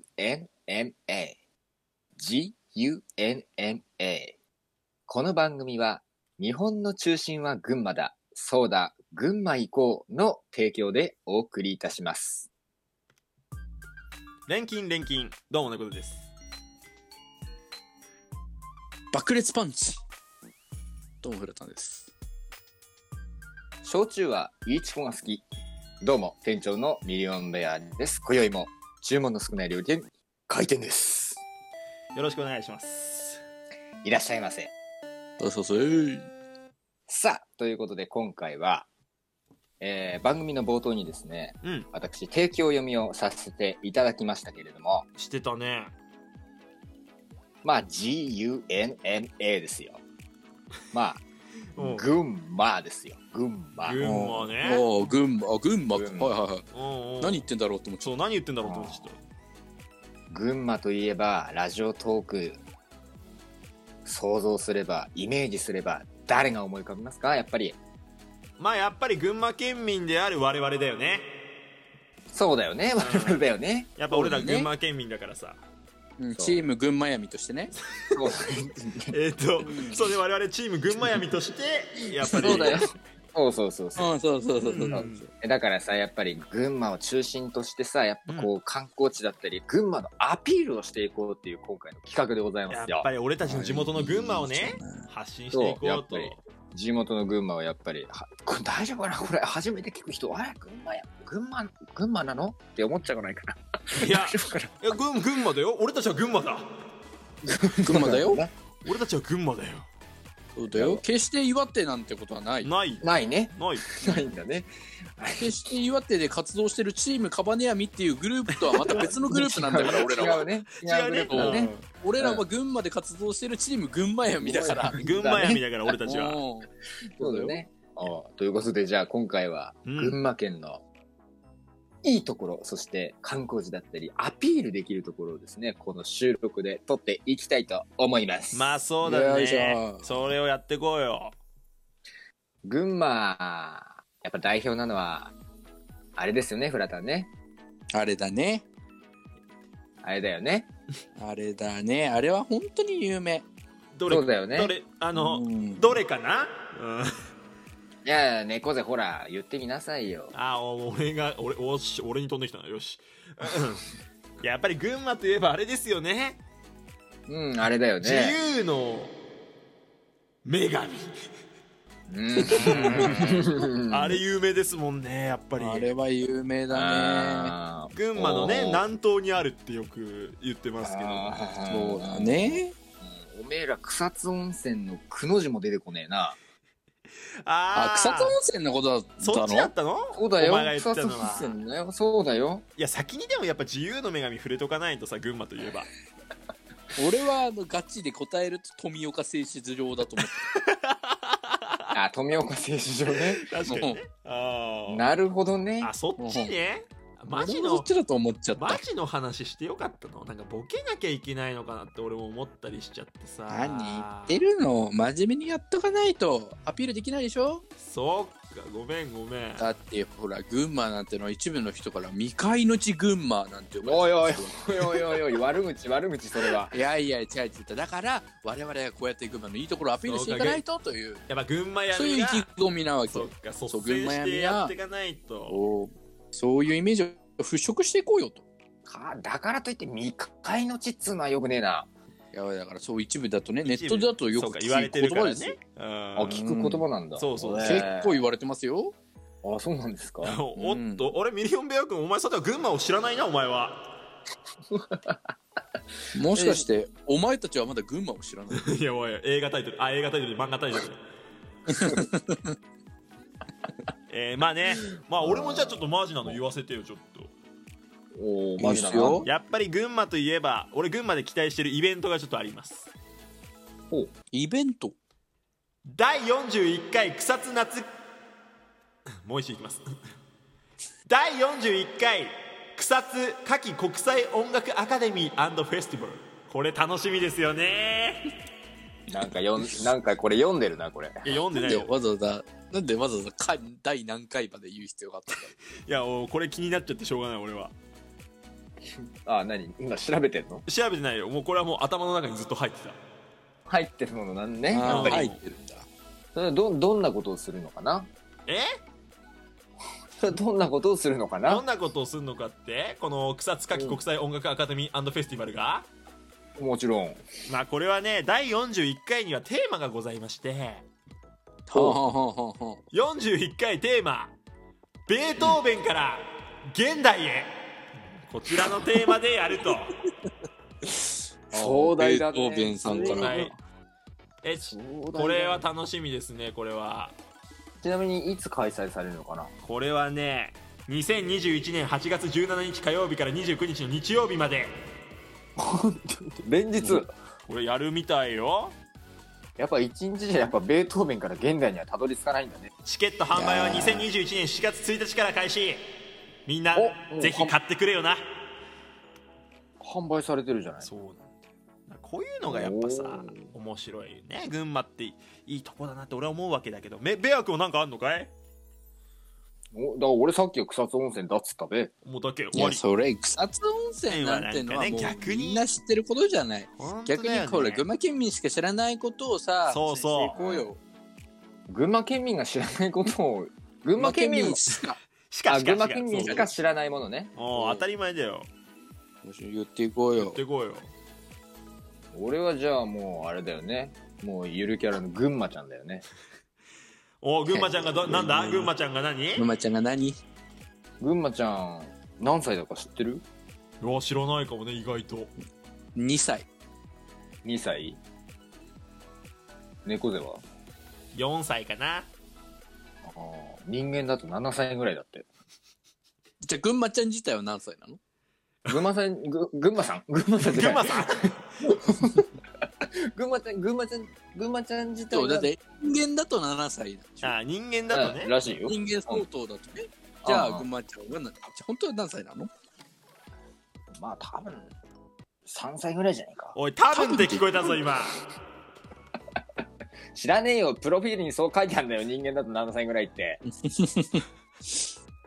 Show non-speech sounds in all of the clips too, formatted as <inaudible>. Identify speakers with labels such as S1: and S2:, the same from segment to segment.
S1: G-U-N-M-A G-U-N-M-A この番組は日本の中心は群馬だそうだ群馬行こうの提供でお送りいたします
S2: 錬金錬金どうものことです
S3: 爆裂パンチどうも古田です
S1: 焼酎はいいちこが好きどうも店長のミリオンベアです今宵も注文の少ない料理店開店です
S2: よろしくお願いします
S1: いらっしゃいませ
S3: どうぞどうぞ
S1: さあということで今回は、えー番組の冒頭にですね
S2: うん
S1: 私提供読みをさせていただきましたけれども
S2: してたね
S1: まあ GUNMA ですよま
S2: うん
S1: あ群馬ですよ群馬
S2: 群馬ね
S3: おー群馬あ群馬
S1: 群馬
S3: はいはいはい
S2: うんうん
S3: 何言ってんだろうと思っちゃ
S2: そう何言ってんだろうと思ってた
S1: 群馬といえばラジオトーク想像すればイメージすれば誰が思い浮かびますかやっぱり
S2: まあやっぱり群馬県民である我々だよね
S1: そうだよね我々 <laughs> だよね
S2: やっぱ俺ら
S1: そうだよ
S2: 群
S1: ね
S2: 馬県民だからさ、
S3: う、うん、チーム群馬闇として
S2: <laughs>
S3: ね
S1: そう
S2: えっ、とそうね我々チーム群馬闇としてやっぱり
S1: そうだよそうそうそうそう
S3: うんそうそうそうそう、
S2: うん
S1: えだからさやっぱり群馬を中心としてさやっぱこう観光地だったり群馬のアピールをしていこうっていう今回の企画でございま
S2: や
S1: すよ
S2: っぱり俺たちの地元の群馬をね発信してい
S1: そうや
S2: こ
S1: っ
S2: うと
S1: ぱり地元の群馬はやっぱりはこれ大丈夫かなこれ初めて聞く人あれ群馬や群馬群馬なのって思っちゃうかないかない
S2: や
S1: 大丈夫かない
S2: や群群馬だよ俺たちは群馬だ
S3: 群馬だよ
S2: 俺たちは群馬だよ
S3: そうだよ決して岩手なんてことはない
S2: ない
S1: <laughs> ないね
S2: ない
S1: ないんだね
S3: 決して岩手で活動してるチームカバネヤミっていうグループとはまた別のグループなんだ
S2: <laughs>
S3: から俺ら
S1: 違
S3: は
S1: うね
S2: 違
S1: 違う
S2: うね
S1: ねだね
S3: 俺らは群馬で活動してるチーム群馬闇だから
S2: 群馬闇だから俺たちは
S3: おー
S1: そうだよねああということでじゃあ今回は
S2: うん
S1: 群馬県のいいところ、そして観光地だったりアピールできるところをですねこの収録で撮っていきたいと思います、
S2: まあそうだ
S3: よいし
S2: ね
S3: ょ
S2: それをやってこうよ
S1: 群馬やっぱ代表なのはあれですよねフラタンね
S3: あれだね
S1: あれだよね
S3: あれだねあれは本当に有名
S2: どれ
S1: そうだよね
S2: どれあの、
S3: うん
S2: どれかな、うん、
S1: いやいや猫背ほら言ってみなさいよ
S2: <laughs> あお俺が俺おし俺に飛んできたなよしうんやっぱり群馬といえばあれですよね
S1: うんあれだよ
S2: 自
S1: ね
S2: 由の女神、
S1: うん
S2: あれ有名ですもんねやっぱり
S3: あれは有名だね
S1: あー
S2: 群馬のね
S1: おー
S2: 南東にあるってよく言ってますけど
S1: あー
S3: そうだね
S1: おめえら草津温泉のくの字も出てこねえな
S3: あ
S2: あー
S3: 草津温泉のことだ
S2: そ
S3: っ
S2: ったちだ
S3: の
S2: ったの
S1: そうだよ
S2: お前が言
S1: 草
S2: って
S1: 津
S2: た
S1: 温
S2: のは
S1: 泉だよそうだ
S2: <laughs>
S1: よ
S2: いや先にでもやっぱ自由の女神触れとかないとさ群馬といえば
S3: 俺はあのガチで答えると富岡製糸場だと思っ
S1: あ富岡製糸場ね
S2: 確かにねあー
S1: なるほどね
S2: あそっちね
S3: た
S2: マジ
S3: 俺もそ
S2: の
S3: っちだと思っちゃった
S2: マジの話してよかったのなんかボケなきゃいけないのかなって俺も思ったりしちゃってさ
S3: 何言ってるの真面目にやっとかないとアピールできないでしょ
S2: そうかごめんごめん
S3: だってほら群馬なんてのは一部の人から未開の地群馬なんて呼ば
S1: おいお
S3: れ
S1: い
S3: てる
S1: おいおいおいおい悪口悪口それはい
S3: やいや違う違うだから我々がこうやって群馬のいいところをアピールしていかないとという
S2: やっぱ群馬や
S3: そういう意
S2: が
S3: 気込みなわけ
S2: そっか率
S3: そう
S2: 先
S3: 群馬
S2: し
S3: や
S2: て
S3: みが
S2: やっていかないと
S3: おそういうイメージを払拭していこうよと
S1: かだからといって未開の地っつうのはよくねえない
S3: やだからそう一部だとねネ
S2: 一
S3: ッ
S2: 部
S3: トだとよ
S2: そうか
S3: く聞
S2: 言われ
S3: く
S2: てる
S3: 言
S2: か
S3: 葉
S2: ら
S3: ですよ
S2: ねうん
S1: あ聞く言葉なんだ
S2: そうそう
S1: ね
S3: 結構言われてますよ
S1: あそうなんです
S2: <laughs>
S1: か
S2: おっと俺ミリオンベア君お前さては群馬を知らないなお前は
S3: もしかしてお前たちはまだ群馬を知らない
S2: <laughs> いやおい映画タイトルあ映画タイトル漫画タイトルえー、まあねまあ俺もじゃあちょっとマジなの言わせてよちょっと
S1: おー
S3: いいっ
S1: マジ
S3: す
S1: だな
S3: よ
S2: やっぱり群馬といえば俺群馬で期待してるイベントがちょっとあります
S1: ほう
S3: <laughs> イベント
S2: 第41回草津夏 <laughs> もう一度いきます <laughs> 第41回草津夏季国際音楽アカデミーフェスティバルこれ楽しみですよね
S1: なんかよんなんかこれ読んでるなこれ
S2: いや読んで
S3: な
S2: なんい
S3: で
S2: よ
S3: わざわざなんでわざわざか第何回まで言う必要があったんだ
S2: いやおこれ気になっちゃってしょうがない俺は
S1: あ、何今調べてんの
S2: 調べてないよもうこれはもう頭の中にずっと入ってた
S1: 入ってるものなんね。や
S3: あ
S1: っ
S3: ー
S1: ぱ
S3: 入
S1: り。
S3: ってるんだ。
S1: それはど、どんなことをするのかな
S2: え
S1: それはどんなことをするのか
S2: ど
S1: なん
S2: なことをするのかってこの草津夏季国際音楽アカデミーフェスティバルが、
S1: もちろん。
S2: まあこれはね第41回にはテーマがございまして
S3: ほうほうほうほうほう
S2: 41回テーマ「ベートーベンから現代へ」こちらのテーマでやる <laughs> と
S1: 壮大だね
S3: ベートーベンさんか
S2: は
S3: ら
S2: い。えちこれは楽しみですねこれは
S1: ちなみにいつ開催されるのかな
S2: これはね2021年8月17日火曜日から29日の日曜日まで
S1: 連日、
S2: これやるみたいよ
S1: やっぱ一日じゃやっぱベートーベンから現代にはたどり着かないんだね
S2: チケット販売はい
S3: や
S2: 2021年4月1日から開始みんな
S1: お
S2: ぜひ買ってくれよな
S1: 販売されてるじゃない
S2: そうなんだよこういうのがやっぱさ
S1: お
S2: 面白いね群馬っていいとこだなって俺は思うわけだけどめベア君はなんかあんのかい
S1: おだから俺さっきは草津温泉だっつったべ
S2: もうだけ
S3: い
S2: 終わ
S3: や
S2: り
S3: それ草津温泉なんてのはもう
S2: なんかね逆に
S3: みんな知ってることじゃない
S2: 本当
S3: 逆
S2: だよね
S3: にこれ群馬県民しか知らないことをさ
S2: そうそう
S3: していこうよ
S1: 群馬県民が知らないことを群
S3: 群馬
S1: 馬
S3: 県
S1: 県民
S3: 民
S1: も
S3: しか
S2: しか
S1: あ
S2: しか
S1: 群
S2: しか
S1: 馬県民しか知らないものね
S2: もう当たり前だよ
S3: 言っていこう
S2: 言っ
S3: よ
S2: てこうよ
S1: 俺はじゃあもうあれだよねもうゆるキャラの群馬ちゃんだよね
S2: お群馬ちゃん <laughs> がどなんだ群馬ちゃんが何
S3: 群馬ちゃんが何
S1: 群馬ちゃん何歳だか知ってる
S2: うわ知らないかもね意外と
S3: 2歳
S1: ?2 歳猫背は
S2: 4歳かな
S1: あー人間だと7歳ぐらいだって
S3: じゃあ群馬ちゃん自体は何歳なの
S1: 群馬さんぐ群馬さん群馬さんじゃ
S2: 群
S1: な
S2: 馬
S1: い
S2: さん
S1: 群馬ちゃん群馬ちゃん群馬ちゃん自体
S3: そうだ
S1: が
S3: って人間だと7歳なんでしょ
S2: あ人間だと
S1: う
S2: ね
S1: んらしいよ
S3: 人間相当だとねじゃ
S1: あ
S3: あ
S1: あ
S3: 群馬ちゃんはな本当は何歳なの
S1: まあ多分3歳ぐらいじゃないか
S2: おい多分って聞こえたぞ今
S1: 知らねえよプロフィールにそう書いてあるんだよ人間だと7歳ぐらいって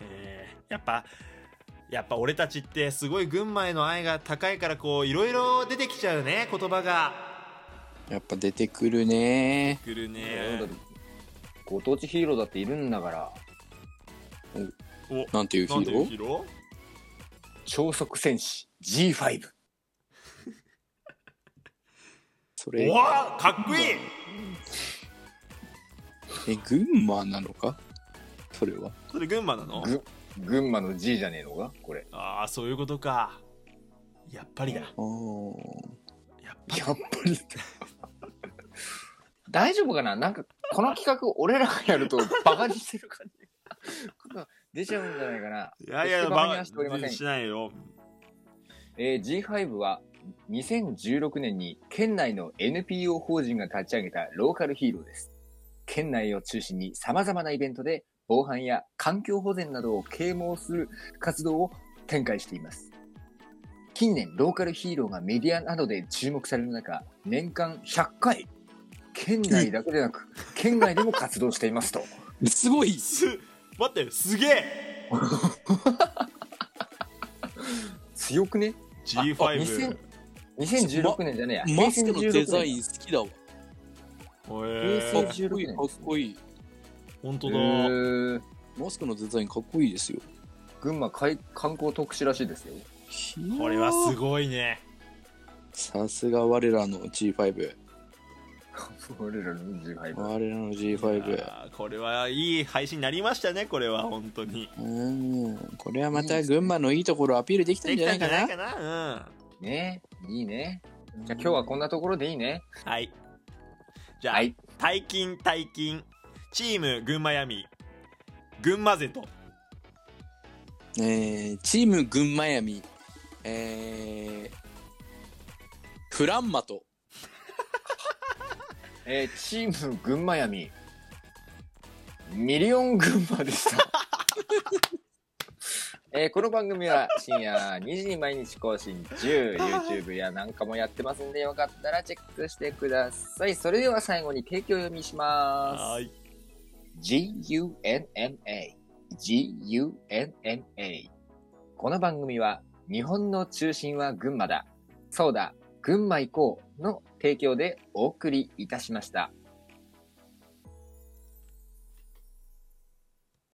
S2: えーやっぱやっぱ俺たちってすごい群馬への愛が高いからこういろいろ出てきちゃうね言葉が
S3: やっぱ出てくるね
S2: くる
S1: だ
S2: ね
S1: ってご当地ヒーローだっているんだから
S2: お
S3: なんていうヒ
S2: なんてい
S3: ーロ
S2: う
S3: ー
S2: ヒーロ
S1: 超速戦士 G5
S3: そ
S2: ー
S3: れ
S2: おわかっこいい
S3: え群馬なのかそれは
S2: それ群馬なの
S1: ぐ群馬の G じゃねえのかこれ
S2: ああそういうことかやっぱりだ
S3: あー
S2: やっぱ
S1: やっぱり大丈夫かななんかこの企画俺らがやるとバカにしてる感 <laughs> じ出ちゃうんじゃないかない
S2: やいや
S1: 決して馬鹿
S2: バカ
S1: にはしておりません
S2: しないよ
S1: えー G5 は2016年に県内の NPO 法人が立ち上げたローカルヒーローです。県内を中心に様々なイベントで防犯や環境保全などを啓蒙する活動を展開しています。近年、ローカルヒーローがメディアなどで注目される中、年間100回、県内だけでなく、県外でも活動していますと。
S3: すごい
S2: す待ってすげえ
S1: 強く
S3: <laughs>
S1: ねあ
S2: G5
S1: 2000 ?2016 年じゃねえや。
S3: マスクのデザイ
S1: ン。
S3: ン好きだわか
S2: へ
S1: 平成
S2: え
S3: っこいいかっこいい
S2: 本当
S1: え
S2: だ、
S1: ー
S3: マスクのデザインかっこいいですよ
S1: 群馬かい観光特使らしいですよ。 <laughs>
S2: これはすごいね
S3: さすが我らの G5
S1: 俺らの G5
S3: 我らの
S2: い
S3: G5
S2: やーこれはいい配信になりましたねこれは本当に
S3: うーんこれはまた群馬のいいところをアピールできたん
S2: で
S3: じ
S2: き
S3: ゃな
S2: た
S3: い
S2: んじ
S3: か
S2: ゃないか
S3: な
S2: な
S1: ねいいねじゃあ今日はこんなところでいいね
S2: うんはいじゃあ、
S1: はい
S2: 大金大金チーム群馬闇群馬勢と
S3: えーチーム群馬闇えーフランマと
S1: えーチーム群馬闇ミリオン群馬でしたえーこの番組は深夜2時に毎日更新中 YouTube やなんかもやってますんでよかったらチェックしてくださいそれでは最後に提供読みします
S2: い
S1: GUNMA GUNMA この番組は日本の中心は群馬だ。そうだ、群馬行こうの提供でお送りいたしました。